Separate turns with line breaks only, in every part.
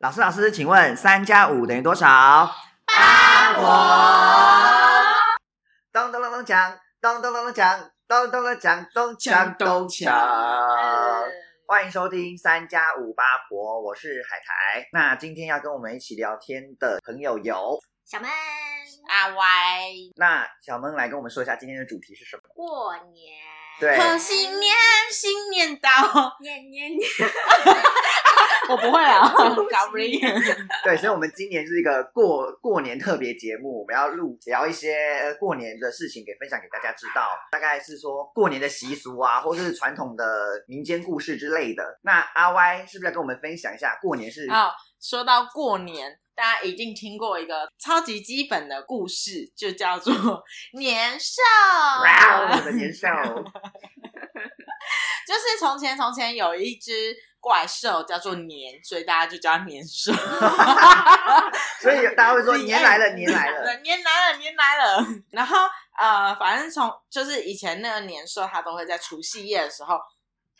老师，老师，请问三加五等于多少？
八
啊
国
咚咚咚咚锵，咚咚咚咚锵，咚咚咚锵，咚锵咚锵。欢迎收听三加五八婆，我是海苔。那今天要跟我们一起聊天的朋友有，
小闷
阿歪
那小萌来跟我们说一下今天的主题是什么？
过年，
对
贺新年，新年到！
年年年，
我不会啊，sorry。
对，所以，我们今年是一个过过年特别节目，我们要录聊一些呃过年的事情给分享给大家知道，大概是说过年的习俗啊，或是传统的民间故事之类的。那阿 Y 是不是要跟我们分享一下过年是？
好，说到过年，大家一定听过一个超级基本的故事，就叫做年兽。
哇，哦
哦
我的年兽，
就是从前从前有一只怪兽叫做年，所以大家就叫它年兽。
所以大家会说年来了，年来了，
对，年来了，年来了。然后呃，反正从就是以前那个年兽，它都会在除夕夜的时候，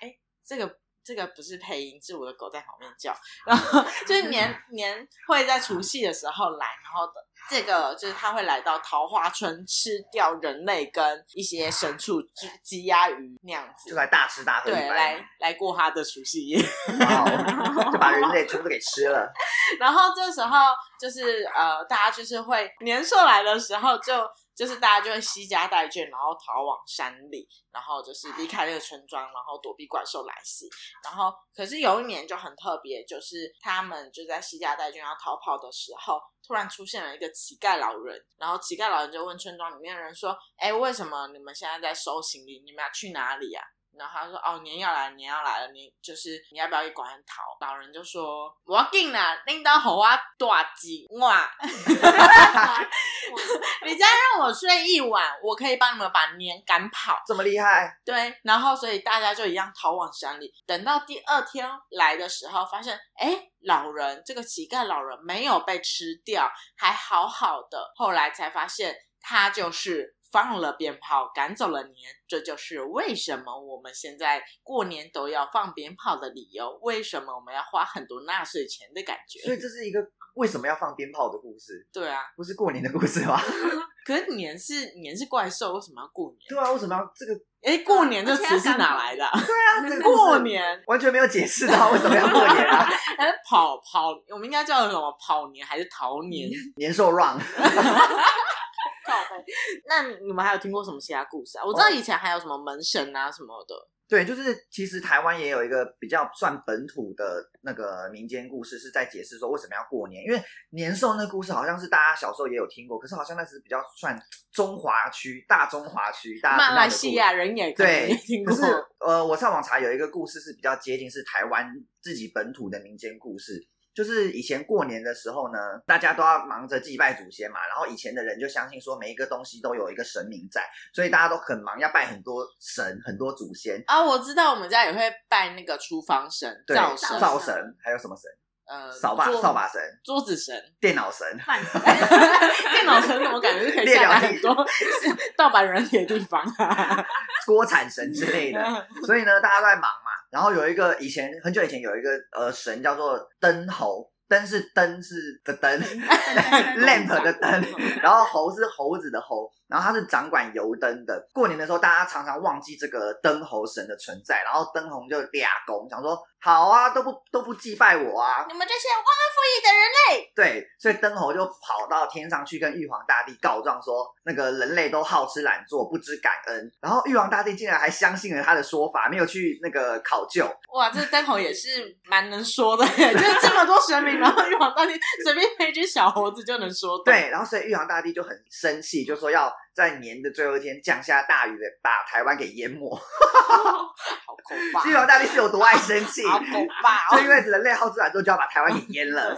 哎，这个这个不是配音，是我的狗在旁边叫。然后就是 年年会在除夕的时候来，然后的。这个就是它会来到桃花村，吃掉人类跟一些牲畜、鸡、鸡鸭鱼那样
就
子，
来大吃大喝一
对，
番
来，来过它的除夕夜。
哇哦，就把人类全部都给吃了。
然后这时候就是呃，大家就是会年兽来的时候就，就是大家就会惜家带眷，然后逃往山里，然后就是离开这个村庄，然后躲避怪兽来袭。然后可是有一年就很特别，就是他们就在惜家带眷要逃跑的时候，突然出现了一个乞丐老人，然后乞丐老人就问村庄里面的人说：“哎，为什么你们现在在收行李？你们要去哪里啊？”然后他说：“哦，年要来，年要来了，你就是你要不要去管逃？”老人就说：“我要进啦，拎到猴啊，大鸡哇！你再让我睡一晚，我可以帮你们把年赶跑。
这么厉害，”
对，然后所以大家就一样逃往山里。等到第二天来的时候，发现哎，老人这个乞丐老人没有被吃掉，还好好的。后来才发现他就是放了鞭炮，赶走了年。这就是为什么我们现在过年都要放鞭炮的理由，为什么我们要花很多纳税钱的感
所以
觉。
这是一个为什么要放鞭炮的故事，
对啊，
不是过年的故事吗？
可是年是年是怪兽，为什么要过年？
对啊，为什么要这个？
哎，过年这词是哪来的啊、
对啊，这个故事
过年，
完全没有解释到为什么要过年 啊！
哎，跑跑，我们应该叫什么？跑年还是逃年？
年兽 run，
那你们还有听过什么其他故事啊？我
哦
知道以前还有什么门神啊什么的。
对，就是其实台湾也有一个比较算本土的那个民间故事，是在解释说为什么要过年，因为年兽那故事好像是大家小时候也有听过，可是好像那是比较算中华区、大中华区啊大家知道
马
的
来
故事
西亚人也可能
对
也听，
可
过
是。呃，我上网查有一个故事是比较接近是台湾自己本土的民间故事，就是以前过年的时候呢，大家都要忙着祭拜祖先嘛，然后以前的人就相信说每一个东西都有一个神明在，所以大家都很忙，要拜很多神、很多祖先，
啊，我知道我们家也会拜那个厨房神、
对，
灶神、
灶神，还有什么神？
呃
扫把、
桌
扫把神、
桌子神、
电脑神，
饭神，
电脑神，怎么感觉是可以
列
下
表
来很多盗版软体的地方 啊？
锅铲神之类
嗯
的。所以呢，大家都在忙嘛。然后有一个以前很久以前有一个呃神叫做灯猴，灯是灯是的灯 ，lamp 的灯，然后猴是猴子的猴，然后他是掌管油灯的。过年的时候，大家常常忘记这个灯猴神的存在，然后灯红就俩拱，想说好啊，都不都不祭拜我啊，
你们这些忘恩负义的人类，
对，所以灯猴就跑到天上去跟玉皇大帝告状说，那个人类都好吃懒做，不知感恩。然后玉皇大帝竟然还相信了他的说法，没有去那个考究。
哇，这灯猴也是蛮能说的， 就是这么多神明，然后玉皇大帝随便配一只小猴子就能说动。
对，然后所以玉皇大帝就很生气，就说要在年的最后一天降下大雨，把台湾给淹没。
好狗爸，
玉皇大帝是有多爱生气？
好狗爸
就
哦。
因为人类好吃懒做，就要把台湾给淹了，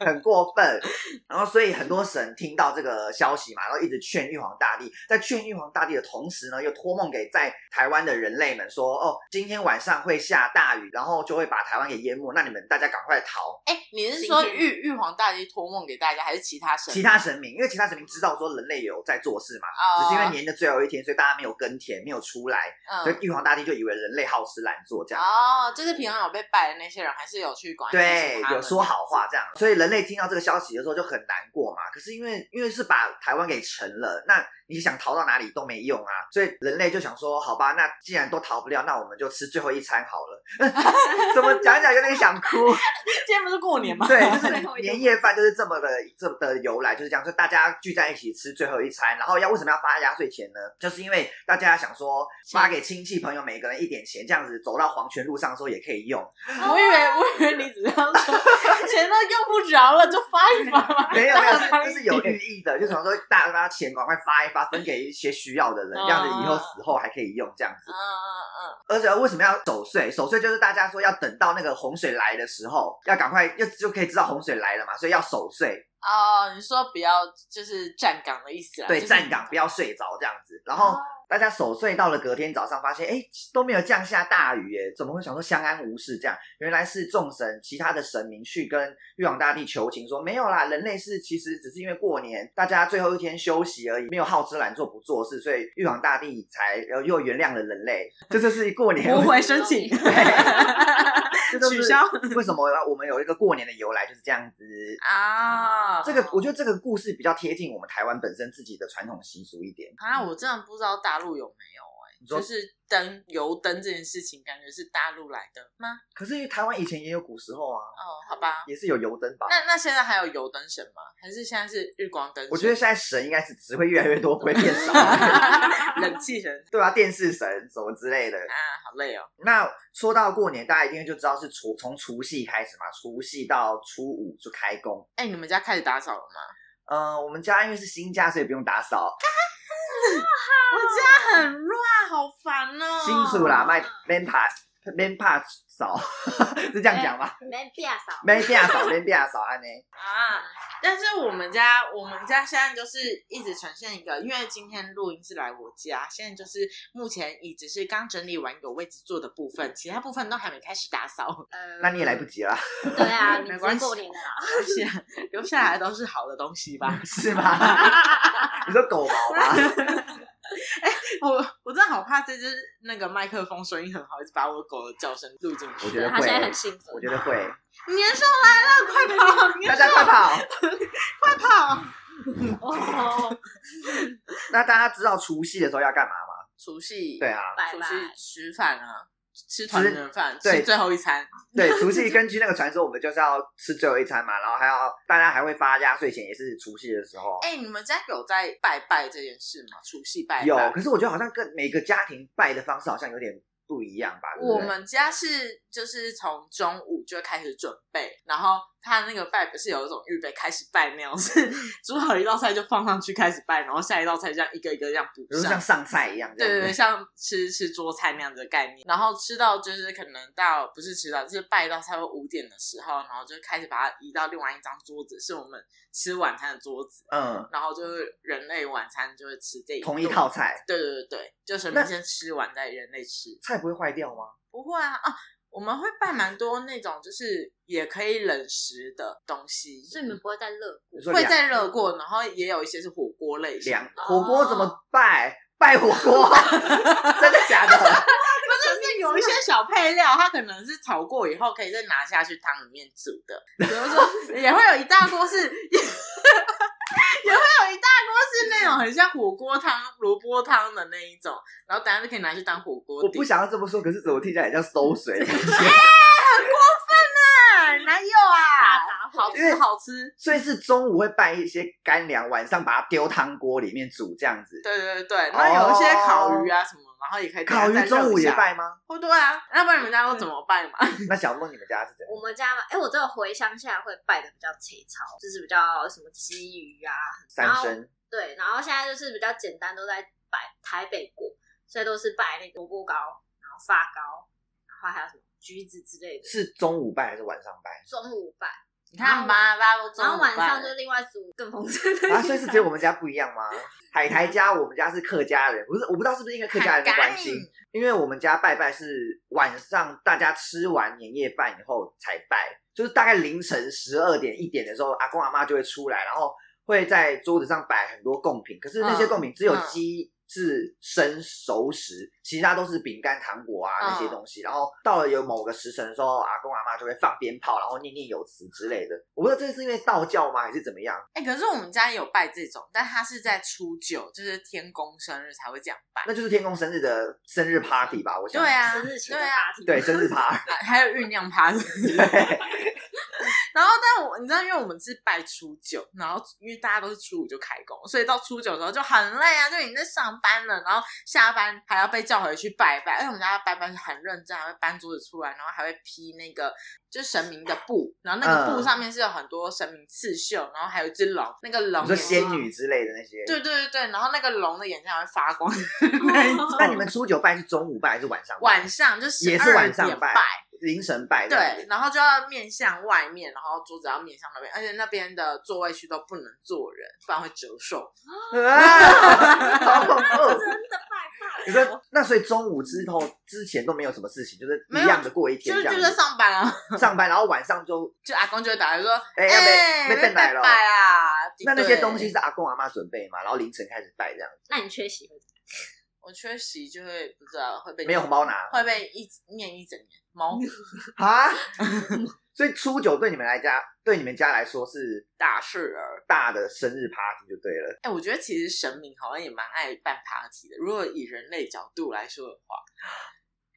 很过分。然后，所以很多神听到这个消息嘛，然后一直劝玉皇大帝。在劝玉皇大帝的同时呢，又托梦给在台湾的人类们说：“哦，今天晚上会下大雨，然后就会把台湾给淹没，那你们大家赶快逃。
哎、
你是说
今天
玉玉皇大帝托梦给大家，还是其他神？
其他神明，因为其他神明知道说人类有在做事嘛，
哦
只是因为年的最后一天，所以大家没有耕田，没有出来，所以
嗯，
玉皇大帝就以为人类好吃懒做这样。
哦，就是平常有被拜的那些人，还是有去管，
对
还是他，们
有说好话这样，所以人类听到这个消息的时候就很难过嘛。可是因为因为是把台湾给沉了，那你想逃到哪里都没用啊，所以人类就想说，好吧，那既然都逃不了，那我们就吃最后一餐好了。怎么讲一讲有点想哭？
今天不是过年吗？
对，就
最后
是
一餐
年夜饭就是这么的这么的由来，就是这样，所以大家聚在一起吃最后一餐。然后要为什么要发压岁钱呢？就是因为大家想说发给亲戚朋友每个人一点钱，这样子走到黄泉路上的时候也可以用。
我以为我以为你只是要说钱都用不着了，就发一 发吧。
没有没有，
当然
是就是有寓意的，就想说大家把钱赶快发一发，分给一些需要的人，
嗯
这样子以后死后还可以用这样子
嗯。嗯
而且为什么要守岁？守岁就是大家说要等到那个洪水来的时候，要赶快就就可以知道洪水来了嘛，所以要守岁，
嗯，哦，你说不要就是站岗的意思啊？
对，
就是
站岗不要睡着这样子。然后大家守岁到了隔天早上，发现哎都没有降下大雨耶，怎么会想说相安无事这样？原来是众神其他的神明去跟玉皇大帝求情说没有啦，人类是其实只是因为过年大家最后一天休息而已，没有好吃懒做不做事，所以玉皇大帝才呃又原谅了人类。这就是过年
不 会申请，
这就是嗯
取消
为什么我们有一个过年的由来就是这样子。
啊
这个我觉得这个故事比较贴近我们台湾本身自己的传统习俗一点。
啊，我真的不知道大陆有没有哎、
你说
就是灯油灯这件事情，感觉是大陆来的吗？
可是因为台湾以前也有古时候啊，
哦，好吧。
也是有油灯吧。
那那现在还有油灯神吗？还是现在是日光灯神？
我觉得现在神应该是只会越来越多，不会变少，
冷气神
对吧、啊电视神什么之类的。
啊，好累哦。
那说到过年，大家一定就知道是除从除夕开始嘛，除夕到初五就开工。
哎、你们家开始打扫了吗？
嗯、我们家因为是新家，所以不用打
哦
扫，
我家很乱，好烦哦。
新厝啦，卖免怕免怕扫， 是这样讲吗？
没必要扫
哎
免怕扫，免怕扫，安呢？
啊！但是我们家，我们家现在就是一直呈现一个，因为今天录音是来我家，现在就是目前已只是刚整理完有位置坐的部分，其他部分都还没开始打 扫。
呃
那你也来不 及了，
对啊，你
没
直
关
接
系
过年了啦，
留下留下来都是好的东西吧。
是吗？你说狗毛吗？
我我真的好怕这只那个麦克风声音很好，一直把我狗的叫声录进去。
我觉得
他现在
会
很，兴奋
我。觉得会，
年兽来了，快跑！
大
年兽
家快跑！
快跑！
哦，
那大家知道除夕的时候要干嘛吗？
除夕
对啊，
拜
出
拜。
去吃饭啊，吃团圆饭，
对
吃最后一餐。
对，除夕根据那个传说，我们就是要吃最后一餐嘛，然后还要大家还会发压岁钱，也是除夕的时候。
哎、你们家有在拜拜这件事吗？除夕拜拜
有，可是我觉得好像跟每个家庭拜的方式好像有点不一样吧？对不
我
对
们家是就是从中午就开始准备，然后他那个拜不是有一种预备开始拜那种，是 煮好一道菜就放上去开始拜，然后下一道菜这样一个一个这样
比
补
如说像
上。
上菜一样，
对对对，
对，
像吃吃桌菜那样子的概念，然后吃到就是可能到不是吃到，就是拜到差不多五点的时候，然后就开始把它移到另外一张桌子，是我们吃晚餐的桌子。
嗯，
然后就是人类晚餐就会吃这一
同一
顿
套，菜，
对对对对，就神明先吃完再人类吃，
菜不会坏掉吗？
不会啊啊，我们会办蛮多那种就是也可以冷食的东西，
所以你们不会再热
你说
会
两
再热过，然后也有一些是火锅类型，
两火锅怎
哦
么拜？拜火锅， 真的假的？
不是是有一些
啊
小配料，它可能是炒过以后可以再拿下去汤里面煮的，比如 说也会有一大锅是。也会有一大锅是那种很像火锅汤、萝卜汤的那一种，然后等下就可以拿去当火锅
我
底。
不想要这么说，可是怎么听起来很像馊水的感觉？
哎哪有啊？
大杂
好
烩，
吃好吃，
所以是中午会拌一些干粮，晚上把它丢汤锅里面煮这样子。
对对对，然后有一些烤鱼啊什么，然后也可以等下
哦烤
再
鱼中午
热一
也嗯
下，
拜吗？
哦对啊，要不然你们家都怎么拜嘛？
那小梦，你们家是怎样？
我们家嘛，哎、我只有回乡下会拜的比较粗糙，就是比较什么鸡鱼啊，
三生
对，然后现在就是比较简单，都在摆台北果，所以都是摆那个萝卜糕，然后发糕，然后还有什么橘子之类的。
是中午拜还是晚上拜？
中午摆，
你看吧，大家都中
然后
午
晚
办
上
了
就另外煮更丰盛的。
啊，所以是只有我们家不一样吗？海苔家我们家是客家人，不是我不知道是不是因为客家人的关系
海苔，
因为我们家拜拜是晚上大家吃完年夜饭以后才拜，就是大概凌晨十二点一点的时候，阿公阿妈就会出来，然后会在桌子上摆很多贡品，可是那些
嗯
贡品只有
嗯
鸡。是生熟食，其他都是饼干、糖果啊那些
嗯
东西。然后到了有某个时辰的时候，阿公阿妈就会放鞭炮，然后念念有词之类的。我不知道这是因为道教吗，还是怎么样？
哎、可是我们家也有拜这种，但他是在初九，就是天公生日才会这样拜。
那就是天空生日的生日 party 吧？我想
对啊，
生日前的
对啊
party，
对生日 party，
还还有酝酿趴。然后，但我你知道，因为我们是拜初九，然后因为大家都是初五就开工，所以到初九的时候就很累啊，就已经在上班了，然后下班还要被叫回去拜拜。而且我们家拜拜是很认真，还会搬桌子出来，然后还会披那个就是神明的布，然后那个布
嗯
上面是有很多神明刺绣，然后还有一只龙，那个龙
你说
也是
仙女之类的那些。
对对对对，然后那个龙的眼睛还会发光 那一种。
那啊你们初九拜是中午拜还是晚上拜？
晚上就
也是
12
晚上
点
拜
拜，
凌晨拜这样
对
子，，
然后就要面向外面，然后桌子要面向那边，而且那边的座位区都不能坐人，不然会折寿。
啊，好恐怖！
真的拜
你
拜
说那所以中午之后之前都没有什么事情，就是一
没有
样的过一天
就
这
是就
样
是在
子。
上班啊，
上班，然后晚上 就
就阿公就会打来说，
哎要
哎，
被被
拜
邓来
拜
了
啦。
那那些东西
对，
是阿公阿妈准备嘛，然后凌晨开始拜这样，
那你缺席会怎
我缺席就会不知道会被
没有红包拿
会被一念一整年猫
啊。所以初九对你们来家对你们家来说是
大事儿。
大的生日 party 就对了。
哎、我觉得其实神明好像也蛮爱办 party 的。如果以人类角度来说的话，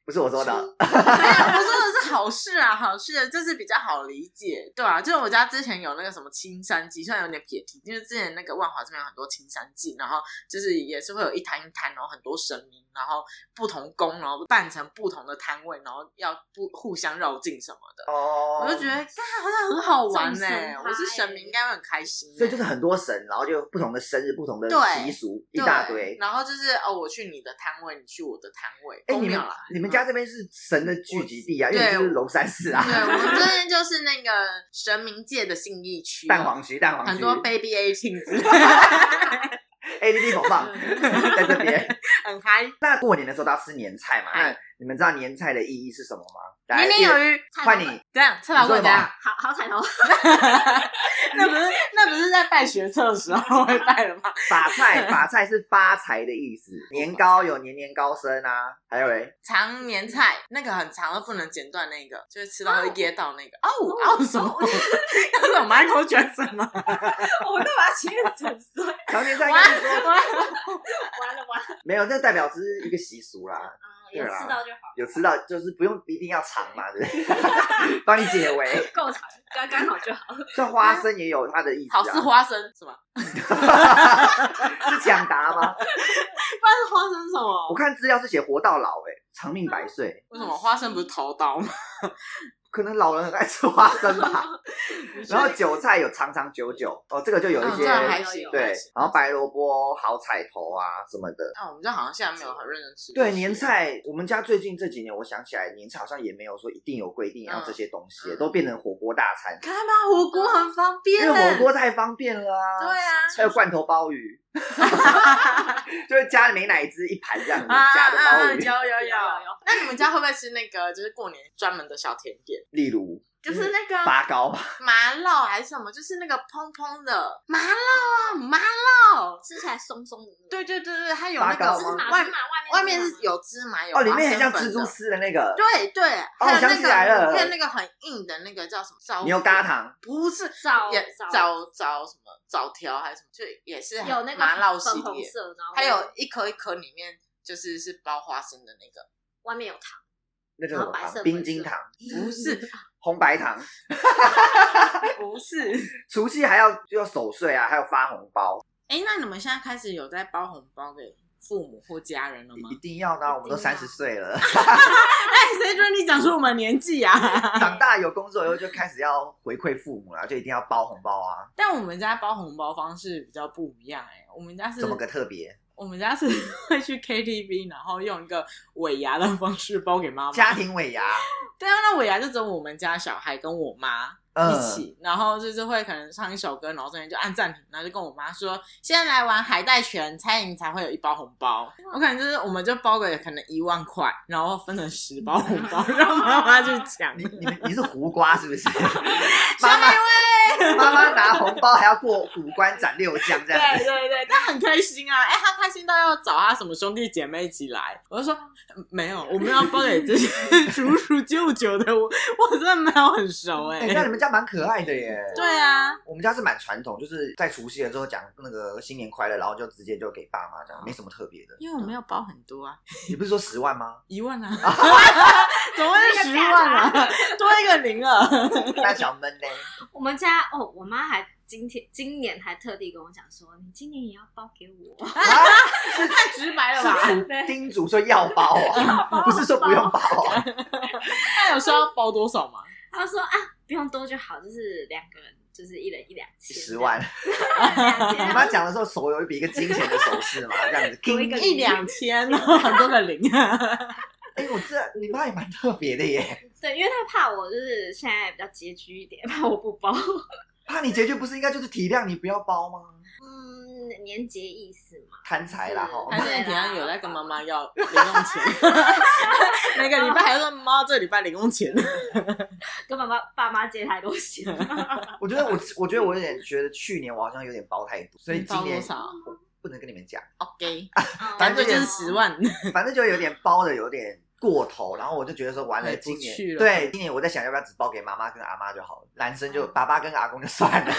不是我说的，
没有，啊我说的是好事啊，好事就是比较好理解，对啊，就是我家之前有那个什么青山鸡，虽然有点撇题，因为之前那个万华这边有很多青山鸡，然后就是也是会有一摊一摊，然后很多神明，然后不同宫，然后扮成不同的摊位，然后要不互相绕境什么的，
哦，
我就觉得，干好像很好玩
众
呢、
欸神派
我是神明，应该会很开心欸、
所以就是很多神，然后就有不同的生日、不同的
对
习俗，一
对
大堆。
然后就是哦，我去你的摊位，你去我的摊位，
哎，
公
你们
庙啦。
你们家这边是神的聚集地啊，因
对
为就是龙山寺啊，
对，我们这边就是那个神明界的信义区， 哦
蛋黄区、蛋黄区，哎
很多 baby eighteen 之类的
A D D 火放
嗯
嗯
在这边。
很 嗨。
那过年的时候都要吃年菜嘛？
哎
那你们知道年菜的意义是什么吗？来
年年有，余，
一换你，
这样蔡老
你说什么
师这 样，
好好彩头，
那不是那不是在拜学测的时候会拜的吗？
法菜，法菜是发财的意思。年糕有年年高升啊，还有嘞，
常年菜那个很长的不能剪断那个，就是吃到会噎到那个。哦哦什么？那种 Michael Jackson 吗？
我都把它切成碎，
常年菜
完
应该是说
完，
完了完了，
没有，那代表只是一个习俗啦。对
有
啦
吃到就好，
有吃到就是不用一定要尝嘛，对不对？ 帮你解围。
够长，刚刚好就好。
像花生也有它的意思、啊，
好是花生是吗？
是抢答吗？
不然是花生什
我
么？
看资料是写活到老、欸，长命
嗯
百岁，
为什么花生不
嗯
是头刀吗？
可能老人很爱吃花生 吧。然后韭菜有长长久久，哦，这个就有一
嗯
些、
这样还行，
对
还行，
然后白萝卜好彩头啊什么的。
那我们这好像现在没有很认真吃。
对年菜，我们家最近这几年，我想起来，年菜好像也没有说一定有规定要这些东西，
嗯嗯
都变成火锅大餐，
看吧，火锅很方便，
因为火锅太方便了啊。
对啊，
还有罐头鲍鱼， 就是家里没哪一只一盘这样子
啊
加的
啊
鲍
啊
鱼，
有有有
有有。
那你们家会不会吃那个就是过年专门的小甜点？
例如
就是那个
嗯发糕嘛，
麻辣还是什么？就是那个蓬蓬的麻辣啊，麻辣。
吃起来松松的，
对对对对，它有
发
那
糕吗
个
芝麻
外
芝麻外
外
面
面是有芝麻有
哦，里面很
花
像
生粉
蜘蛛
的。
丝的那个，
对对，还有
我想
那
起
个
来了
还有那个很硬的那个叫什么枣
牛轧糖，
不是
枣
也
枣
枣枣什么枣条还是什么，就也是
有那个
麻辣系
粉红
列，
色，然后
它有一颗一颗里面就是是包花生的那个，
外面有糖，
那叫什么
然后白色
糖？冰晶
粉色
糖、
不是
红白糖。
不是。
除夕还要就要守岁啊，还有发红包，
哎、那你们现在开始有在包红包给父母或家人了吗
一？定要的啊。我们都
一定
三
要
十岁了，
哎，谁准你讲出我们年纪啊？
长大有工作以后就开始要回馈父母了，就一定要包红包啊。
但我们家包红包方式比较不一样哎、我们家是
怎么个特别？
我们家是 会去 KTV，然后用一个尾牙的方式包给妈妈。
家庭尾牙，
对啊，那尾牙就只有我们家小孩跟我妈。
嗯
一起，然后就是会可能唱一首歌，然后中间就按暂停，然后就跟我妈说，现在来玩海带拳，猜赢才会有一包红包。我可能就是我们就包个可能一万块，然后分成十 包红包，让妈妈去抢
你。你们你是胡瓜是不 是？妈
下
妈
面一位，
妈妈拿红包还要过五关斩六将这样
对
子，
对对，但很开心啊！哎、他开心到要找他什么兄弟姐妹一起来。我就说嗯没有，我们要包给这些叔叔舅舅的，我我真的没有很熟哎、
哎、那你们家蛮可爱的耶。
对啊，
我们家是蛮传统，就是在除夕了之后讲那个新年快乐，然后就直接就给爸妈这样，没什么特别的。
因为我没有包很多 啊，
你不是说十万 吗？
一万啊，总共是十万啊，多一个零啊了。
那小闷 呢？
我们家哦，我妈还今天今年还特地跟我讲说，你今年也要包给 我。
太直白了吧？
是
对
主啊叮嘱说要包哦，不是说不用包
啊
哦。
那有说要包多少吗？
她说啊，不用多就好，就是两个人，就是一人一两千，
十万，
两 千。
你妈讲的时候手有一笔一个金钱的手势嘛，这样子。
有一个
一两千，然后很多个 零。
哎、我这你妈也蛮特别的耶。
对，因为她怕我就是现在比较拮据一点，怕我不包。
怕你结局不是应该就是体谅你不要包吗？
嗯，年节意思嘛。
贪财啦哈。
还是你平哎常有在跟妈妈要零用钱？ 每个礼拜还说妈，这礼拜零用 钱。
跟爸妈爸妈借太多钱，
我觉得我我觉得我有点觉得去年我好像有点包太多，所以今
包多
年
少
我不能跟你们讲，
？OK，
反
啊反
正
正
就
就是
哦
是十万。
反正就有点包的有点过头，然后我就觉得说完了，
哎回不
今年
去了
对今年我在想要不要只包给妈妈跟阿妈就好了，男生
嗯
就爸爸跟阿公就算 了，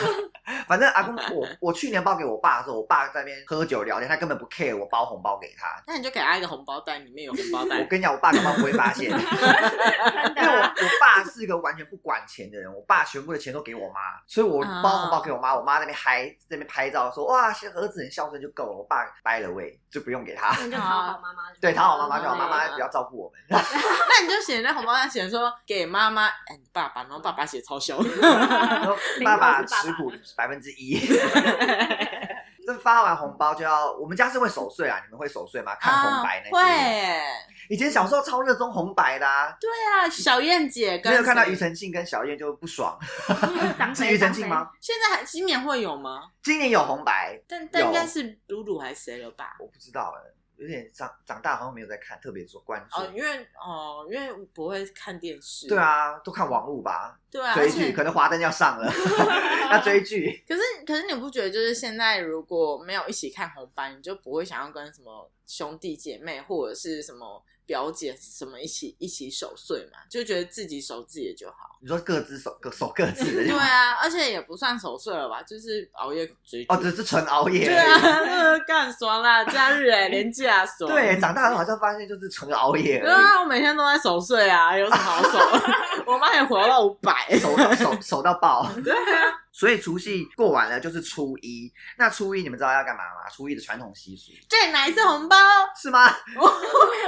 反正阿公我我去年包给我爸的时候，我爸在那边喝酒聊天，他根本不 care 我包红包给他。
那你就给他一个红包袋，里面有红包
我
袋。
跟你讲，我爸根本不会发 现，因
真
为我
的。啊
我爸是一个完全不管钱的人，我爸全部的钱都给我妈，所以我包红包给我妈，我妈那边嗨，在那边拍照说哇，儿子很孝顺就够了，我爸掰了喂，就不用给他。
那你就讨好妈妈就好，
对，讨好妈妈就好，
对
妈妈比较照顾我们。
那你就写在红包袋，写说给妈妈，哎，你爸爸，然后爸爸写 超小。
然后爸爸持股百分之一。这发完红包就要，我们家是会守岁啊，你们会守岁吗？看红白那
啊
些。
会，
以前小时候超热衷红白的、啊，
对啊，小燕姐跟
没有看到
谁
庾澄庆跟小燕就不爽，
长
是
辈
庾澄庆？吗？
现在还今年会有吗？
今年有红白，
但但
有
应该是露露还是谁了吧？
我不知道哎、有点长长大好像没有在看，特别做关注。
哦，因为哦，因为我不会看电视。
对，啊，都看网络吧，
对啊，而
追剧
且
可能华灯要上 了，要追剧。
可是可是你不觉得就是现在如果没有一起看红白，你就不会想要跟什么兄弟姐妹或者是什么表姐什么一起一起守岁嘛？就觉得自己守自己的就好。
你说各自守各守各自的
对
就好，
啊，而且也不算守岁了吧，就是熬夜追剧。
哦，只是纯熬夜而已。
对啊，那个 干爽啦，假日哎、连假 爽。
对，长大了好像发现就是纯熬夜
对
而已。
啊，我每天都在守岁啊，有什么好守？ 我妈也活到五百。
手到手手到爆。对啊，所以除夕过完了就是初一。那初一你们知道要干嘛吗？初一的传统习俗
再拿一次红包，
是吗？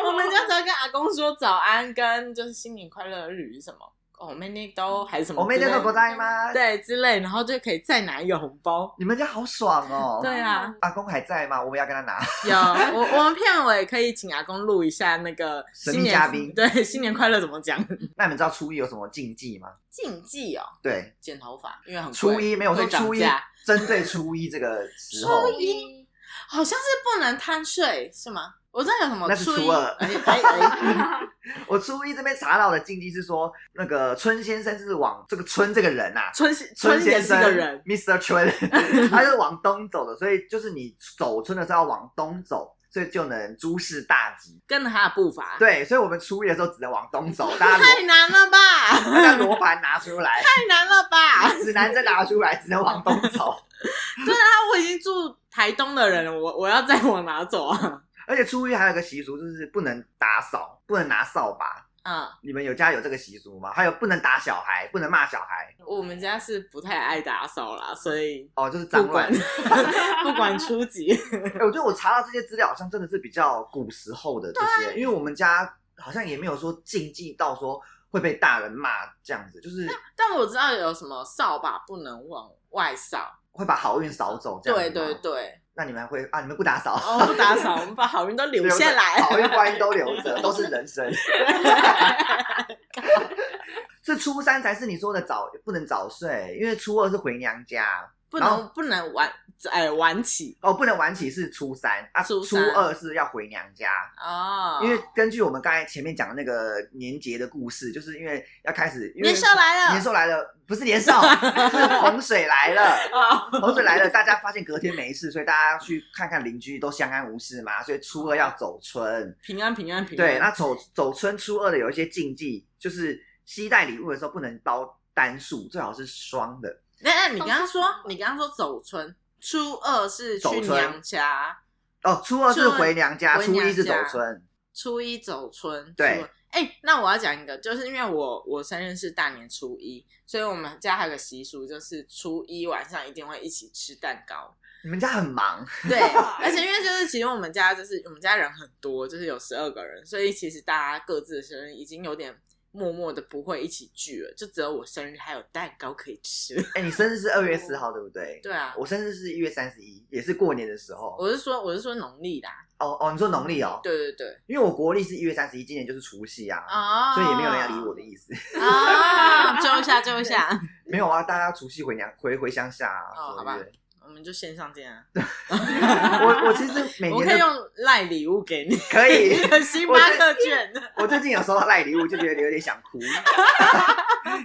我们家只要跟阿公说早安，跟就是新年快乐日语什么，哦，妹妹都还是什么
我
之类
们
的，
家都不在吗？，
对之类，然后就可以再拿一个红 包。
你们家好爽哦。
对啊，
阿公还在吗？我们要跟他拿。
有我我们片尾可以请阿公录一下那个
神秘
新年
嘉宾
对新年快乐怎么讲？
那你们知道初一有什么禁忌吗？
禁忌哦，
对，
剪头发，因为很贵
初一没有我说
会涨
初一
价
针对初一这个时候，
初一好像是不能贪睡是吗？我知道有什么
那是
初一
初二
哎哎 哎
我初一这边查到的禁忌是说，那个春先生是往这个春这个人呐、啊。
春
春
春也
先
是
生
个人，
，Mr. 春， 他是往东走的，所以就是你走春的时候要往东走，所以就能诸事大吉。
跟着他的步伐，
对，所以我们初一的时候只能往东 走，大家
太
罗
难了吧？
大家罗盘拿出来， 啊
太难了吧？
指南针拿出来，只能往东 走。
啊那我已经住台东的人了，我我要再往哪走啊？
而且初一还有个习俗，就是不能打扫，不能拿扫把。
嗯，
你们有家有这个习俗吗？还有不能打小孩，不能骂小孩，
我们家是不太爱打扫啦，所 以
哦，就是
不
脏
管
乱。
不管初级，
哎、我觉得我查到这些资料，好像真的是比较古时候的这些，因为我们家好像也没有说禁忌到说会被大人骂这样子，就是
但我知道有什么扫把不能往外扫，
会把好运扫走这样子
对
吗。
对对，
那你们会啊？你们不打扫？
哦，不打扫，我们把好运都留
留着
下来。
好运观音都留着，都是人生。所以初三才是你说的早，不能早睡，因为初二是回娘家，
不
然
能
后
不能晚哎晚起
哦，不能晚起是初三啊，
初
初
三
二是要回娘家。
哦，
因为根据我们刚才前面讲的那个年节的故事，就是因为要开始因为
年兽来了，
年兽来了，不是年兽， 是洪水来了。
啊，
洪水来了，大家发现隔天没事，所以大家去看看邻居都相安无事嘛，所以初二要走春。
平安平安平安，
对，那走走春初二的有一些禁忌，就是携带礼物的时候不能包单数，最好是双的。
那那你刚刚说， 你刚刚说走春，初二是去
走春
娘家，
哦，初二
初
是
二
回娘家，
回
初一
娘
是走
家
春。
初一走春。
对
初二，哎、那我要讲一个，就是因为我我生日是大年初一，所以我们家还有个习俗，就是初一晚上一定会一起吃蛋糕。
你们家很忙，
对，而且因为就是其实我们家就是我们家人很多，就是有十二个人，所以其实大家各自的生日已经有点。默默的不会一起聚了，就只有我生日还有蛋糕可以吃。
哎、你生日是二月四号对不对？
哦对哦啊，
我生日是一月三十一，也是过年的时候。
我是说我是说农历啦，
哦哦，你说农历哦，
对对对，
因为我国历是一月三十一，今年就是除夕啊，
啊
所以也没有人要理我的意思。
哦 啊，揪一下，揪一下，
没有啊，大家除夕回娘回回乡下啊。
哦
对
好吧
对
我们就线上见啊！
我我其实每
我
年
可以
都
用赖礼物给你，
可 以，
星巴克券。
我最近有收到赖礼物，就觉得有点想哭，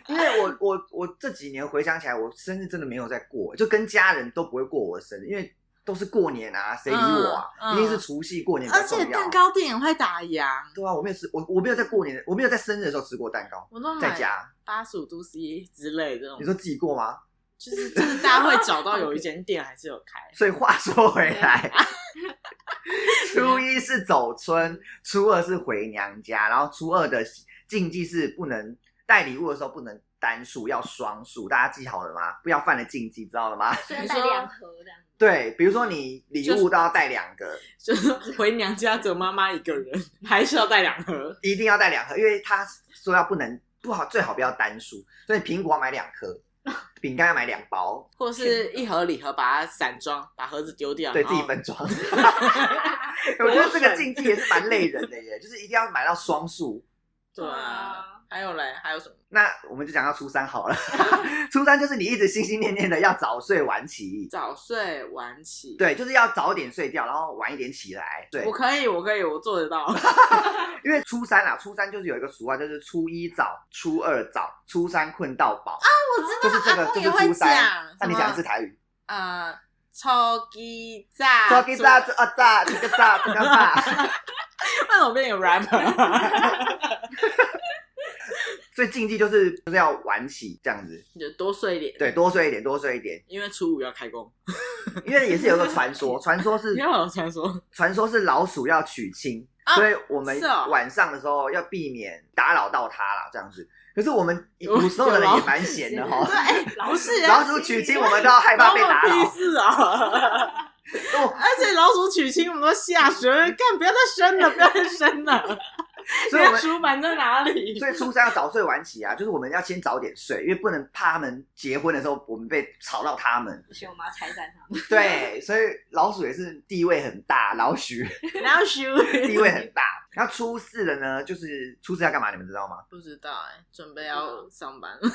因为我我我这几年回想起来，我生日真的没有在过，就跟家人都不会过我的生日，因为都是过年啊，谁理我啊？
嗯嗯
一定是除夕过年比
而
较重
且
要。啊
蛋糕店也会打烊，
对啊，我没有吃，我我没有在过年，我没有在生日的时候吃过蛋糕，
我都
在
买
家。
八十五度 C 之类这种
你，说自己过吗？
就是就是大家会找到有一间店还是有 开。
所以话说回来，初一是走春，初二是回娘家，然后初二的禁忌是不能带礼物的时候不能单数，要双数，大家记好了吗？不要犯了禁忌，知道了吗？
虽然
你
带
说
两盒这样。
对，比如说你礼物都要带两个，
就是回娘家只有妈妈一个人，还是要带两盒。
一定要带两盒，因为他说要不能不好，最好不要单数，所以苹果要买两颗，饼干要买两包，
或是一盒礼盒把它散装，把盒子丢掉，
对
然
自
后
己分装。 我觉得这个禁忌也是蛮累人的耶，就是一定要买到双数。
对啊，还有嘞，还有什么？
那我们就讲到初三好了， 初三就是你一直心心念念的要早睡晚起，
早睡晚起。，
对，就是要早点睡觉，然后晚一点起来，对
我，可以，我可以，我做 得到。
因为初三啦，初三就是有一个俗话，就是初一早，初二早，初三困到饱，
我知道
就是这个，这
阿
是
公也会
初
讲
三。。那你讲的是台语，
呃，超级炸，
说给炸，啊炸，这个炸，这个炸，
为什么变有 rapper？
所以禁忌就是就是要晚起这样子，
你就多睡一点，
对，，多睡一点，多睡一点，
因为初五要开工。
因为也是有个传说，传说是
你看我传说，
传说是老鼠要娶亲，
啊
所以我们
是哦
晚上的时候要避免打扰到它啦，这样子。可是我 们
有
古时候的人
有
也
老
蛮闲的哈
对，，哎不是
老
啊，
鼠娶亲我们都要害怕被打
关我
扰
屁。事啊！
哦
而且老鼠娶亲，我们都下学了，干不要再 生了，不要再生了。
所以我们
主板在哪里？
所以初三要早睡晚起啊，就是我们要先早点睡，因为不能怕他们结婚的时候我们被吵到他们。
不行，我妈拆散他们。
对，所以老鼠也是地位很大，老鼠
老鼠
地位很大。那初四的呢，就是初四要干嘛？你们知道吗？
不知道哎、准备要上班，
嗯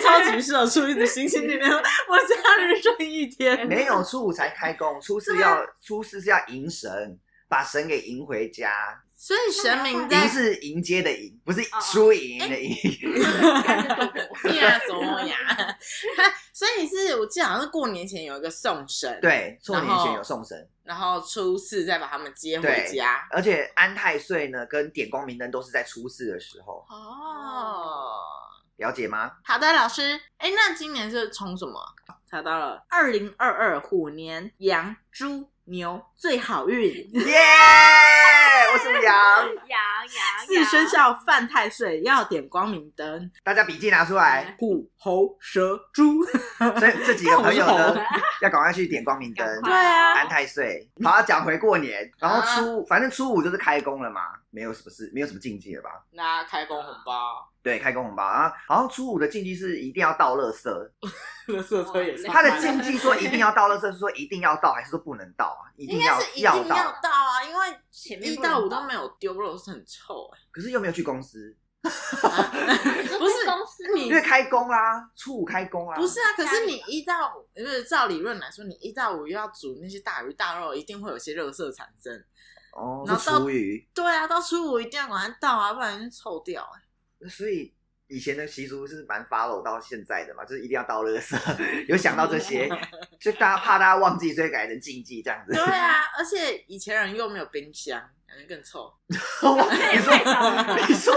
超级社畜，一直心心念念，我假日剩一 天。
没有初五才开工，初四
啊
要初四是要迎神，把神给迎回家。
所以神明在
迎是迎接的迎，不是
哦
输赢的
哎
赢。
呀什么呀？ 所以是我记得好像是过年前有一个送神，，
对，错
然
年
后
前有送神，
哎然后初四再把他们接回家。
而且安太岁呢跟点光明灯都是在初四的时候，
哦，
了解 吗？
好的，老师，哎，那今年是冲什么？查到了，二零二二虎年羊、猪、牛最好运。
耶、我是羊，
羊羊
四生肖犯太岁，要点光明灯，
大家笔记拿出 来。
虎、猴、蛇、猪。
所以这几个朋友
看我
呢
是，
要赶快去点光明灯。
赶快
对啊
安，太岁，好，讲回过年，然后初五，反正初五就是开工了嘛，没有什么事，没有什么禁忌了吧？
那开工红包，
对，开工红包啊，好像初五的禁忌是一定要倒垃
哦
圾，
乐色车也是
他的禁忌说一定要倒垃圾，是说一定要倒还是说不能倒啊？一
应
定
该
要
是一定
要
到啊，因为
前面
一
不能
到五
倒
都没有丢肉是很臭哎、
可是又没有去公司，
不
是
公司
你
因为开工啦，初五开工啦。
不是啊，可是你一到五，因为照理论来说，你一到五又要煮那些大鱼大肉，一定会有些热色产生。
哦，
然
是
后到
厨余，
对啊，到初五一定要管它倒啊，不然就臭掉、欸。
所以以前的习俗是蛮 follow 到现在的嘛，就是一定要倒垃圾，有想到这些，就大家怕大家忘记，所以改成禁忌这样子。
对啊，而且以前人又没有冰箱，感觉更臭。
你说，你说，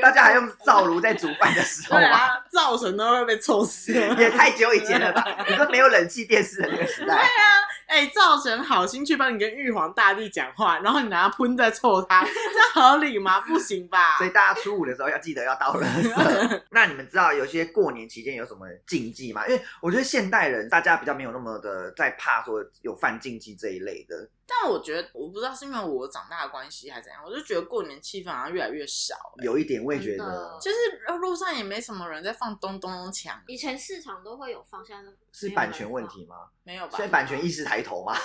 大家还用灶炉在煮饭的时候
对
吗？
啊，造成都会被臭死。
也太久以前了吧？你说没有冷气、电视的那个时 代，
哎、造成好心去帮你跟玉皇大帝讲话，然后你拿喷在臭他， 这合理吗？不行吧
所？以大家初五的时候要记得要倒垃圾。那你们知道有些过年期间有什么禁忌吗？因为我觉得现代人大家比较没有那么的在怕说有犯禁忌这一类的。
但我觉得，我不知道是因为我长大的关系还是怎样，我就觉得过年气氛好像越来越少、欸。
有一点我也觉得
真的
就是呃路上也没什么人在放咚咚咚锵，
以前市场都会有放，现在都
是版权问题吗？
没有吧
所以？版权意识抬头吗？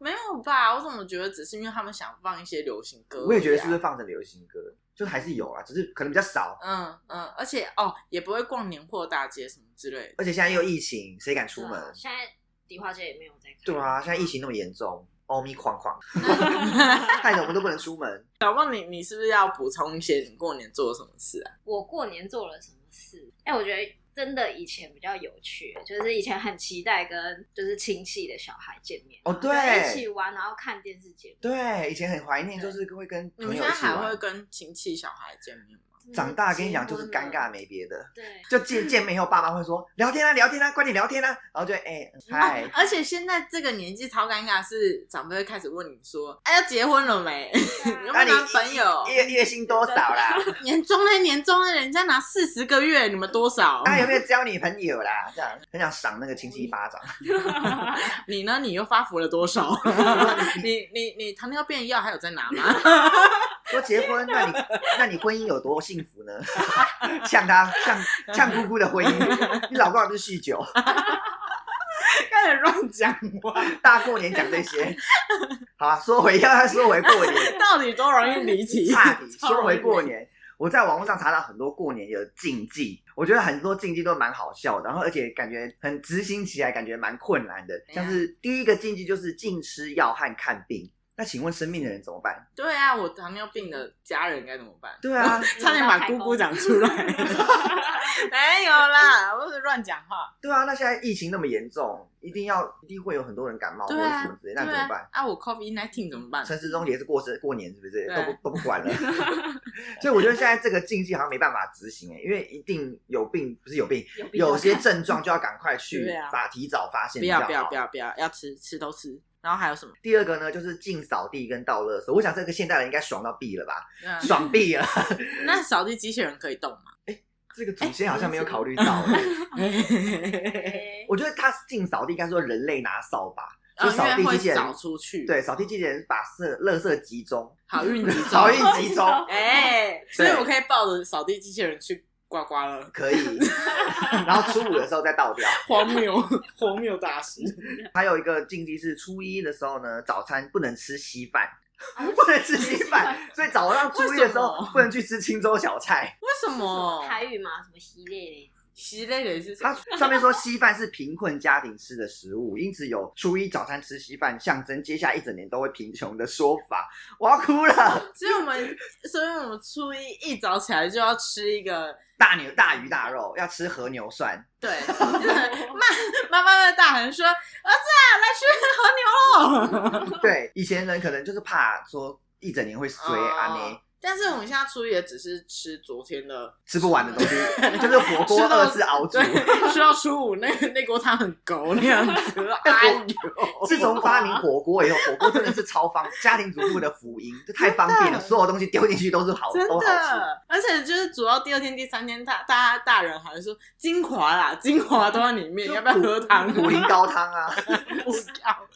没有吧？我怎么觉得只是因为他们想放一些流行歌、啊
我也觉得是不是？放着流行歌，就还是有啊，只是可能比较少。
嗯嗯，而且哦，也不会逛年货大街什么之类的。
而且现在又疫情，谁敢出
对啊
门？
现在迪化街也没有在开。
对啊，现在疫情那么严重，欧米狂狂，害得我们都不能出门。
小梦，你你是不是要补充一些你过年做了什么事啊？
我过年做了什么事？哎、我觉得真的以前比较有趣，就是以前很期待跟就是亲戚的小孩见面，
哦
然后就
对
一起玩，然后看电视节目。
对，以前很怀念，就是会跟
你
朋
们
友
现
一
在
起
还会
玩。
跟亲戚小孩见面吗？
真的
长大跟你讲
结
就
婚啊
是尴
了。
尬没别的，
对，
就见见面以后，爸妈会说聊天啊聊天啊，快点聊天啊，然后就哎嗨、
而且现在这个年纪超尴尬，是长辈会开始问你说：“哎、要结婚了没？
啊
你有没
那
有
你
男朋友？
月月薪多少啦？
年终呢？年终呢？人家拿四十个月，你们多少？
哎那有没有交女朋友啦？这样很想赏那个亲戚一巴掌。
你呢？你又发福了 多少？你你你糖尿病药还有在拿吗？
说结婚，那你那你婚姻有多幸福呢？像他像像姑姑的婚姻，你老公还不是酗酒，
开始乱讲话，
大过年讲这些。好啊，说回要说回过年，
到底多容易离 题？
差题，说回过年，我在网络上查到很多过年的禁忌，我觉得很多禁忌都蛮好笑的，然后而且感觉很执行起来感觉蛮困难的。
怎样
像是第一个禁忌就是禁吃药和看病，那请问生病的人怎么办？
对啊，我糖尿病的家人该怎么办？
对 啊，
差点把姑姑讲 出来，没有啦，我是乱讲话。
对啊，那现在疫情那么严重，一定要一定会有很多人感冒或者
对啊
什么之类，那
对
怎么办
啊？？啊，我 COVID nineteen 怎么办？
陈时中也是过生过年，是不是
对
都不都不 管了？ 所以我觉得现在这个禁忌好像没办法执行哎，因为一定有病不是有病，
有必要
有些症状就要赶快去
对啊
发提早发现
不
比较
要
好。
不要不要不要，要吃吃都吃。然后还有什么？
第二个呢，就是净扫地跟倒垃圾。我想这个现代人应该爽到毙了吧，
嗯
爽毙 了。
那扫地机器人可以 动吗？
这个祖先好像没有考虑到，欸
哎
我觉得他净扫地应该说人类拿扫把，就
哦
扫地
因为
机
会
器人
扫。出去，，
对，扫地机器人把色垃圾集中，
好运集中，
好运集中，
哎，所以我可以抱着扫地机器人去刮刮了，
可以。 然后初五的时候再倒掉。
荒谬 荒谬大师，
还有一个禁忌是初一的时候呢，早餐不能吃稀饭，不能吃稀饭，所以早上初一的时
啊为什
候
么
不能去吃青州小菜。
为什么？
台语嘛，什么系列
其类的是什
它
么？
上面说稀饭是贫困家庭吃的食物，因此有初一早餐吃稀饭，象征接下来一整年都会贫穷的说法。我要哭了，
所以我们，所以我们初一一早起来就要吃一个，
大牛大鱼大肉要吃和牛涮，
对， 妈妈妈的大喊说：“儿子、啊，来吃和牛肉。”
对，以前人可能就是怕说一整年会衰啊
哦
呢。
但是我们现在初一也只是吃昨天的，
吃不完的东 西，就是火锅
吃到
二次熬煮。
对，吃到初五那那锅汤很勾那样子。哎呦，
自从发明火锅以后，火锅真的是超方家庭主妇的福音，这太方便了，
真的
所有东西丢进去都是好，
真
都好吃。
的，而且就是煮到第二天、第三天，大大家大人还会说精华啦，精华都在里面，
就
要不要喝汤？
古灵高汤啊，
不要。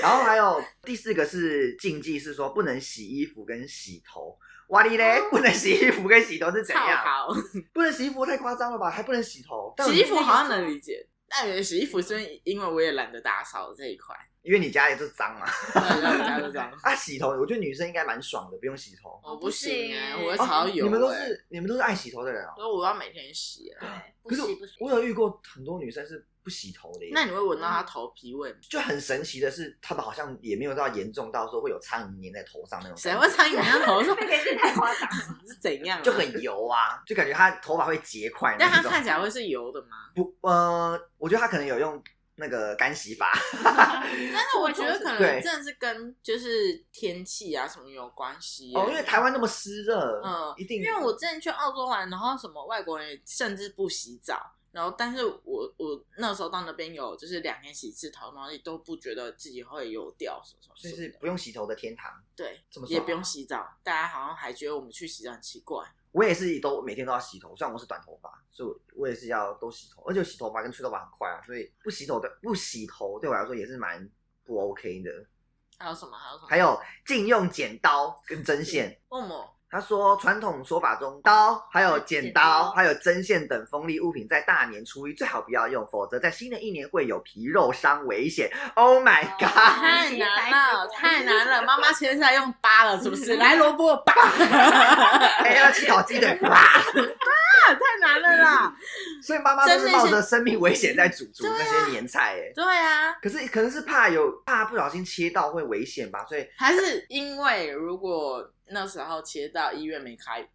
然后还有第四个是禁忌，是说不能洗衣服跟洗头。哇哩嘞，不能洗衣服跟洗头是怎
超
样？
好，
不能洗衣服太夸张了吧？还不能洗头？但我
洗衣服好像能理解。但也洗衣服是因为我也懒得打扫这一块，
因为你家也是脏嘛。
对，我家就 这样。
啊，洗头，我觉得女生应该蛮爽的，不用洗头。
我
我
不
不
行
行
哎、
欸
我会
哦
超油、欸。
你们都，是你们都是爱洗头的人哦。
所以我要每天洗啊。
对，不
可是我
洗不洗，
我有遇过很多女生是不洗头的耶，
那你会闻到
嗯
它头皮味吗？
就很神奇的是，她们好像也没有到严重到说会有苍蝇粘在头上那种。
谁会？苍蝇粘头 上？
那个是太夸张了。
是怎样、啊？
就很油啊，就感觉她头发会结块
但
那
它
种。
看起来会是油的吗？
不，呃，我觉得她可能有用那个干洗法。
但是我觉得可能
对
真的是跟就是天气啊什么有关系耶、
哦，因为台湾那么湿热，
嗯
一定。
因为我之前去澳洲玩，然后什么外国人也甚至不洗澡，然后但是我我那时候到那边有就是两天洗一次头，然后也都不觉得自己会油掉什么什么
所
什
以
么的，
是不用洗头的天堂。
对，
这么爽
也不用洗澡，大家好像还觉得我们去洗澡很奇怪。
我也是都每天都要洗头，虽然我是短头发，所以我我也是要都洗头，而且洗头发跟吹头发很快啊，所以不洗头的不洗头对我来说也是蛮不 OK 的。
还有什么？还有什么？
还有禁用剪刀跟针线。
为什么？
他说，传统说法中，刀还有剪
剪刀
刀还有针线等锋利物品，在大年初一最好不要用，否则在新的一年会有皮肉伤危险。Oh my
哦
god！
太难了，太难了！妈妈现在用扒了，是不是？
嗯
来萝卜扒， 太
哎、要吃烤鸡腿， 哇！
难 了啦！
所以妈妈都
真的
是
是
冒着生命危险在煮煮
对啊
那些年菜、哎、
对啊，
可是可能是怕有怕不小心切到会危险吧，所以
还是因为如果那时候切到医院没开，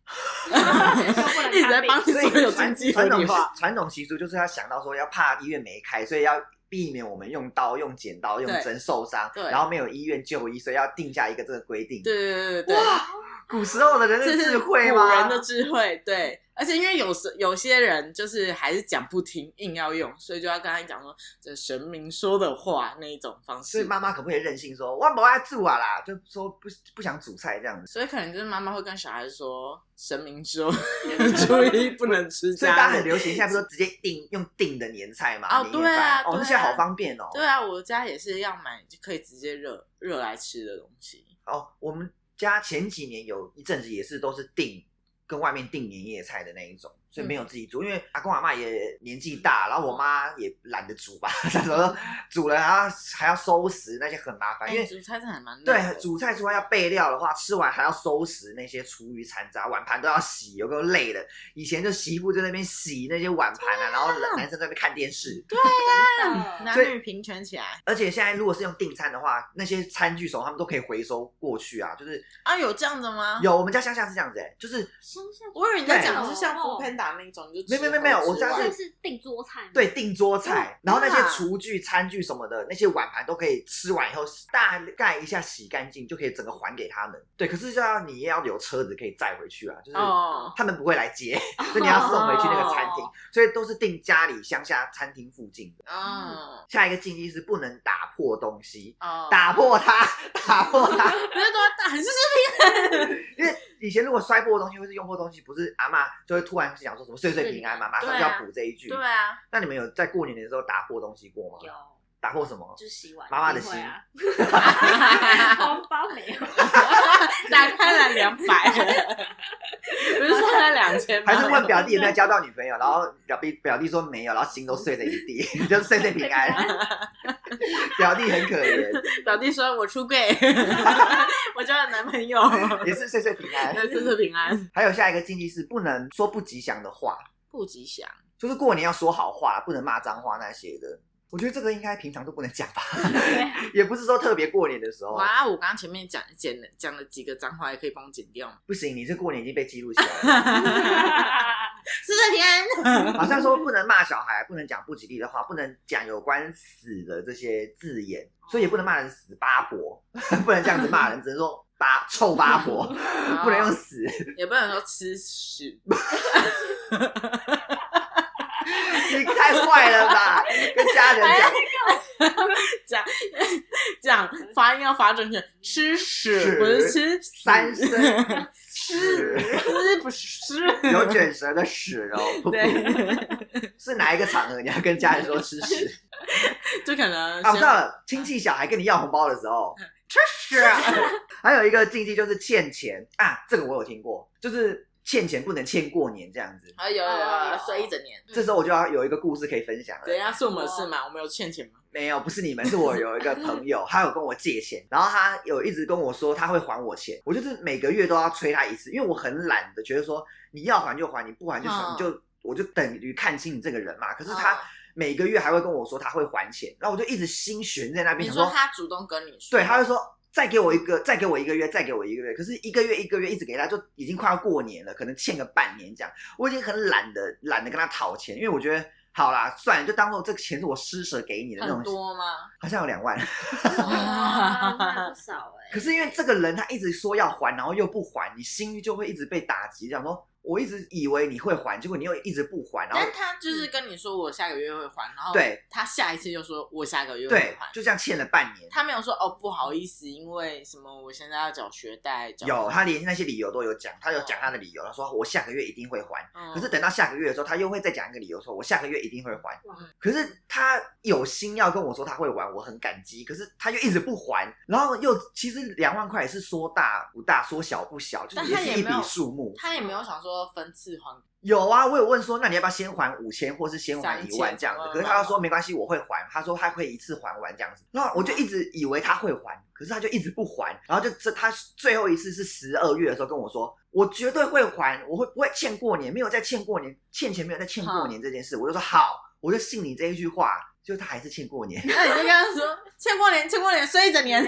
能
一直在帮你
所以
所有
传
经济合
传
理
统
化。
传统习俗就是要想到说要怕医院没开，所以要避免我们用刀、用剪刀、用
对
针受伤，
对
然后没有医院就医，所以要定下一个这个规定。
对对对对
哇，古时候的人
对，
的
这是
智慧
古
吗
人？的智慧。对，而且因为有时有些人就是还是讲不听，硬要用，所以就要跟他讲说这神明说的话那一种方
所以
式。
妈妈可不可以任性说“我不爱煮啊啦”，就说不不想煮菜这样子？
所以可能就是妈妈会跟小孩说，神 明说初一不能吃
所以大
家
家很
里。
流行，现在不是都直接订用订的年菜嘛？
啊哦
年夜
对啊
饭哦，
对啊
那些好方便哦。
对啊，我家也是要买就可以直接热热来吃的东西。
哦，我们家前几年有一阵子也是都是订跟外面订年夜菜的那一种，所以
嗯
没有自己煮，因为阿公阿妈也年纪大，然后我妈也懒得煮吧， 她
嗯
说煮了还要还要收拾那些很麻烦，
哎，
因为。
煮菜真的还蛮累的
对，煮菜除外要备料的话，吃完还要收拾那些厨余残渣，碗盘都要洗，有够累的。以前就媳妇在那边洗那些碗盘啊，然后男生在那边看电视。
嗯
真的
男女平权起来
而且现在如果是用订餐的话，那些餐具什么他们都可以回收过去啊，就是
啊？有这样的吗？，
有我们家乡下是这样子、欸，就是
乡下
我以为你在
对
讲的是像
哦
Food Panda 那种，就
没有没有没有我
家
家
现在
是
是订桌菜吗，
对，订桌菜，然后那
哇
些厨具、餐具什么的，那些碗盘都可以吃完以后大概一下洗干净，就可以整个还给他们。对，可是就要你也要有车子可以载回去啊，就是
哦，
他们不会来接，所以你要送回去那个餐厅
哦，
所以都是订家里乡下餐厅附近的。
哦
下一个禁忌是不能打破东西，
哦，
打破它， 打破它。
不是都要打，就是
因为以前如果摔破的东西或是用破的东西，不是阿嬷就会突然讲说什么岁岁平安嘛，马上就
对啊
要补这一句。
对 啊，
那你们有在过年的时候打破东西过吗？
有
打破什么？
就是洗碗，
妈妈的
一定会 啊，
打
红包 没有，
开了两百， 不是说才两千吗？
还是问表弟有没有交到女朋友，然后表弟表弟说没有，然后心都碎了一地，就是岁岁平安。表弟很可怜，
表弟说我出 柜，我交了男朋友，
也是岁岁平 安。
这次平安
还有下一个禁忌是不能说不吉祥的话，
不吉祥。
就是过年要说好话，不能骂脏话那些的。我觉得这个应该平常都不能讲吧，
啊
也不是说特别过年的时候啊
哇，我刚刚前面讲剪了讲了几个脏话，也可以帮我剪掉 吗？
不行。你是过年已经被记录起来了，
四岁平安。
好像说不能骂小孩，不能讲不吉利的话，不能讲有关死的这些字眼，所以也不能骂人死八婆， 不能这样子骂人，只能说八臭八婆，
哦
不能用死。
也不能说吃屎，
你太坏了吧！跟家人讲
讲讲发音要发正确，吃屎
屎
不是吃屎
三声 屎，
吃不是吃，
有卷舌的屎哦，噗噗
对，
是哪一个场合你要跟家人说吃屎？
就可能
啊，我知道
先
了，亲戚小孩跟你要红包的时候，
嗯吃 屎，
啊还有一个禁忌就是欠钱啊，这个我有听过，就是欠钱不能欠过年这样子。
还啊有有有有睡一整年，哦
这时候我就要有一个故事可以分享了。
怎样是我们的事嘛？我们有欠钱吗？
没有，不是你们，是我有一个朋友，他有跟我借钱，然后他有一直跟我说他会还我钱，我就是每个月都要催他一次，因为我很懒的，觉得说你要还就还，你不还就算，
嗯
你就我就等于看清你这个人嘛。可是他
嗯
每个月还会跟我说他会还钱，然后我就一直心悬在那边，想
你说他主动跟你说，
对，他就说再给我一个，再给我一个月，再给我一个月。可是一个月一个月一直给他，就已经快要过年了，可能欠个半年这样。我已经很懒得懒得跟他讨钱，因为我觉得好啦，算了，就当做这个钱是我施舍给你的那
很
种，
多吗？
好像有两万。
哇那不少哎、
可是因为这个人他一直说要还，然后又不还，你心就会一直被打击，想说。我一直以为你会还，结果你又一直不还，然后嗯
但他就是跟你说我下个月会还，然后
对
他下一次又说我下个月会
对，
哦还，
就这样欠了半年。
他没有说哦不好意思，因为什么我现在要缴学贷，缴
有，他连那些理由都有讲，他有讲他的理由，他说我下个月一定会还。
嗯
可是等到下个月的时候，他又会再讲一个理由，说我下个月一定会还
哇。
可是他有心要跟我说他会还，我很感激，可是他又一直不还，然后又其实两万块也是说大不大，说小不小，就
但
是也
他也
是一
没有
笔数目。
他也没有想说分次还，
有啊，我有问说，那你要不要先还五千，或是先还一万
3000
这样子？
嗯
可是他说没关系，我会还。他说他会一次还完这样子。那我就一直以为他会还，可是他就一直不还。然后就这他最后一次是十二月的时候跟我说，我绝对会还，我会不会欠过年？没有再欠过年，欠钱没有再欠过年这件事，我就说好，我就信你这一句话。就他还是欠过 年，
那你就跟他说欠过年，欠过年睡一整年，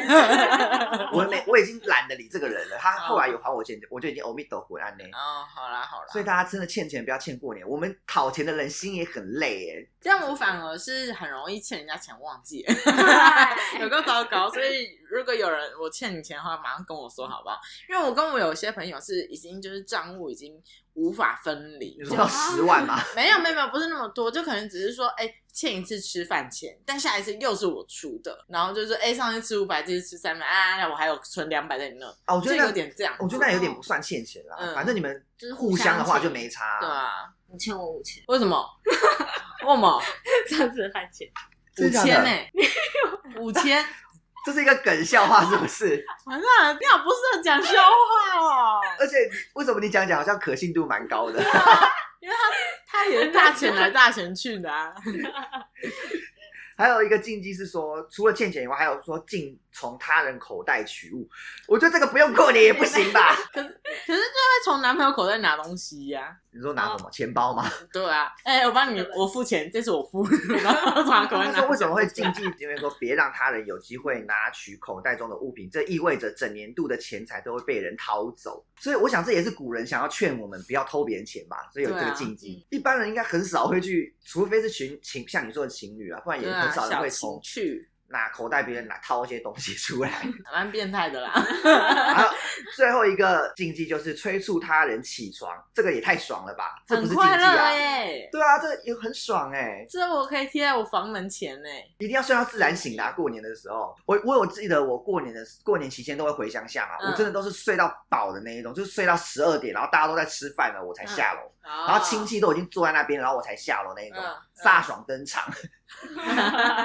我没我已经懒得理这个人了。他后来有还我钱，我就已经阿弥陀佛安呢。
哦，好啦好啦，
所以大家真的欠钱不要欠过年，我们讨钱的人心也很累耶。
这样我反而是很容易欠人家钱忘记，
嗨
有够糟糕。所以如果有人我欠你钱的话，马上跟我说好不好？因为我跟我有些朋友是已经就是账务已经无法分离，
你
就
说到十万吗？
没有没有没有不是那么多，就可能只是说哎、欠一次吃饭钱，但下一次又是我出的，然后就是哎、上次吃五百，这次吃三百啊，那我还有存两百在你那，
啊，我觉
就
得
有
那
点这样子。
我觉得那有点不算欠钱啦，
嗯
反正你们
就是
互相的话就没差、
对啊，
你欠我五千，
为什么？为什么？
上次还钱，
真的
五
假的
千呢、欸 五千。
这是一个梗笑话是不是？
完了，你好不适合讲笑话哦。
而且为什么你讲讲好像可信度蛮高的？
他也是大钱来大钱去的 啊。
还有一个禁忌是说，除了欠钱以外，还有说禁从他人口袋取物。我觉得这个不用过年也不行吧？
可是就会从男朋友口袋拿东西呀、
你说拿什么钱包吗？
对啊，哎、我帮你，我付钱，这是我付， 然后从他口袋
他
拿。
说为什么会禁忌？因为说别让他人有机会拿取口袋中的物品，这意味着整年度的钱财都会被人掏走。所以我想这也是古人想要劝我们不要偷别人钱吧，所以有这
对
个
啊
禁忌。一般人应该很少会去，除非是情情像你说的情侣啊，不然也
对
很
啊，
少人
小
会
情
从
趣，
拿口袋别人拿掏一些东西出来。
蛮变态的啦。
然后最后一个禁忌就是催促他人起床，这个也太爽了吧？ 这不
很
是禁忌
快乐
啊？
哎、
对啊，这也很爽哎、
这我可以贴在我房门前呢、
一定要睡到自然醒的、啊。过年的时候，我我有记得，我过年的过年期间都会回乡下嘛，
嗯
我真的都是睡到饱的那一种，就是睡到十二点，然后大家都在吃饭了，我才下楼，然后亲戚都已经坐在那边，然后我才下楼那一种，
嗯
飒爽登 场。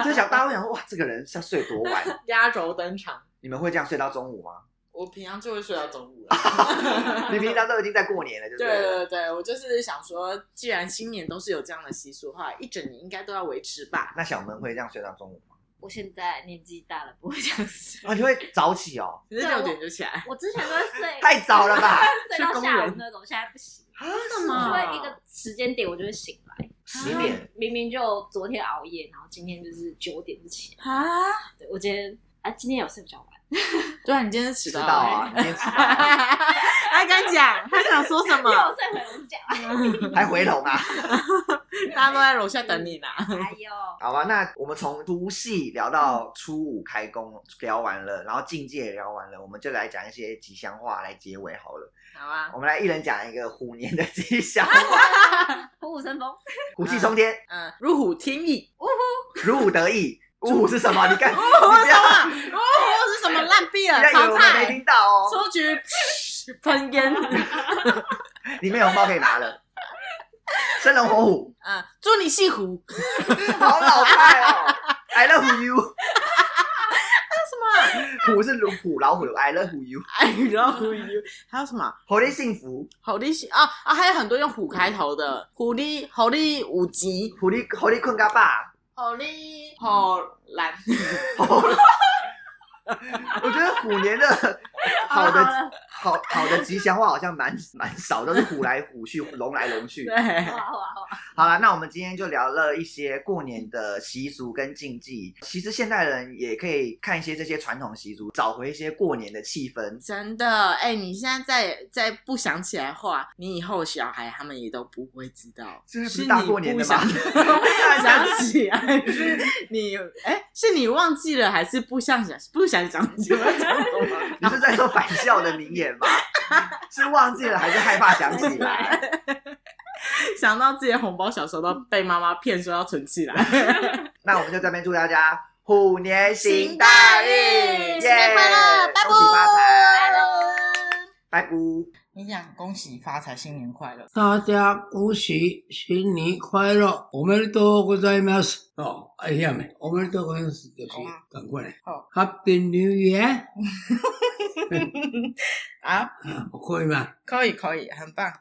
就想大家会想说，哇，这个人是要睡多 晚？
压轴登场。
你们会这样睡到中午吗？
我平常就会睡到中午 了。
你平常都已经在过年了，就
对
对啊了。
对对，我就是想说，既然新年都是有这样的习俗的话，一整年应该都要维持吧。
那小门会这样睡到中午吗？
我现在年纪大了，不会这样子。
啊，你会早起哦，
可是六点就起来，
我之前都会睡
太早了 吧？
睡到下午那种，现在不行，
啊，
什
就
么
会一个时间点我就会醒来。
十嗯点？
明明就昨天熬夜，然后今天就是九点就起来。
啊？
对我今天啊，今天有睡比较晚，
对啊，你今天是迟
迟
到
到
了
啊，你先迟到啊，
他敢讲，他想说什
因为我
么？
睡回笼觉。
还回笼啊？
嗯
大家都在楼下等你呢。
哎呦，
好吧，那我们从除夕聊到初五开工，聊完了，然后境界也聊完了，我们就来讲一些吉祥话来结尾好了。
好啊，
我们来一人讲一个虎年的吉祥话，
虎虎生风，
虎气冲天，
嗯，如虎添翼。
如虎得意。五虎是什么？你看，你不要，
哦，又是什么烂币了
不要？以为
炒
我们没
菜、
听到哦。
出局、喷 烟。
里面有红包可以拿了。生龙活虎，
嗯，祝你幸福。
好老派哦。I love you，
什么？
虎 虎是鲁虎老虎的，I love you，
哎，然后 you 还有什么啊
活力幸福，
好利啊啊，还有很多用虎开头的，虎力好利五级，
活力活力困嘎爸。
好利好蓝，
我觉得虎年的
好
好
哦
了好
的
了，
好好的吉祥话好像蛮蛮少，都是虎来虎去，龙来龙去
对。，
好啊好啊好啊，
好了，那我们今天就聊了一些过年的习俗跟禁忌。其实现代人也可以看一些这些传统习俗，找回一些过年的气氛。
真的哎，你现在再再不想起来的话，你以后小孩他们也都不会知道，
这不是
是你
大过年的 吗
不想不想起来，是你哎，是你忘记了还是不想想不想 想起来？
你是在说返校的名言吗？是忘记了还是害怕想起来？
想到自己的红包小时候都被妈妈骗说要存起来，
那我们就这边祝大家虎年行
大
运，
运
耶！
新年快乐拜
恭喜发财，拜拜。
你讲恭喜发财，新年快乐。
大家恭喜新年快乐！おめでとうございます。哦，哎呀没，おめでとうございます就是
好啊
赶快来。
好
Happy New Year！
啊，
我可以吗？
可以可以，很棒。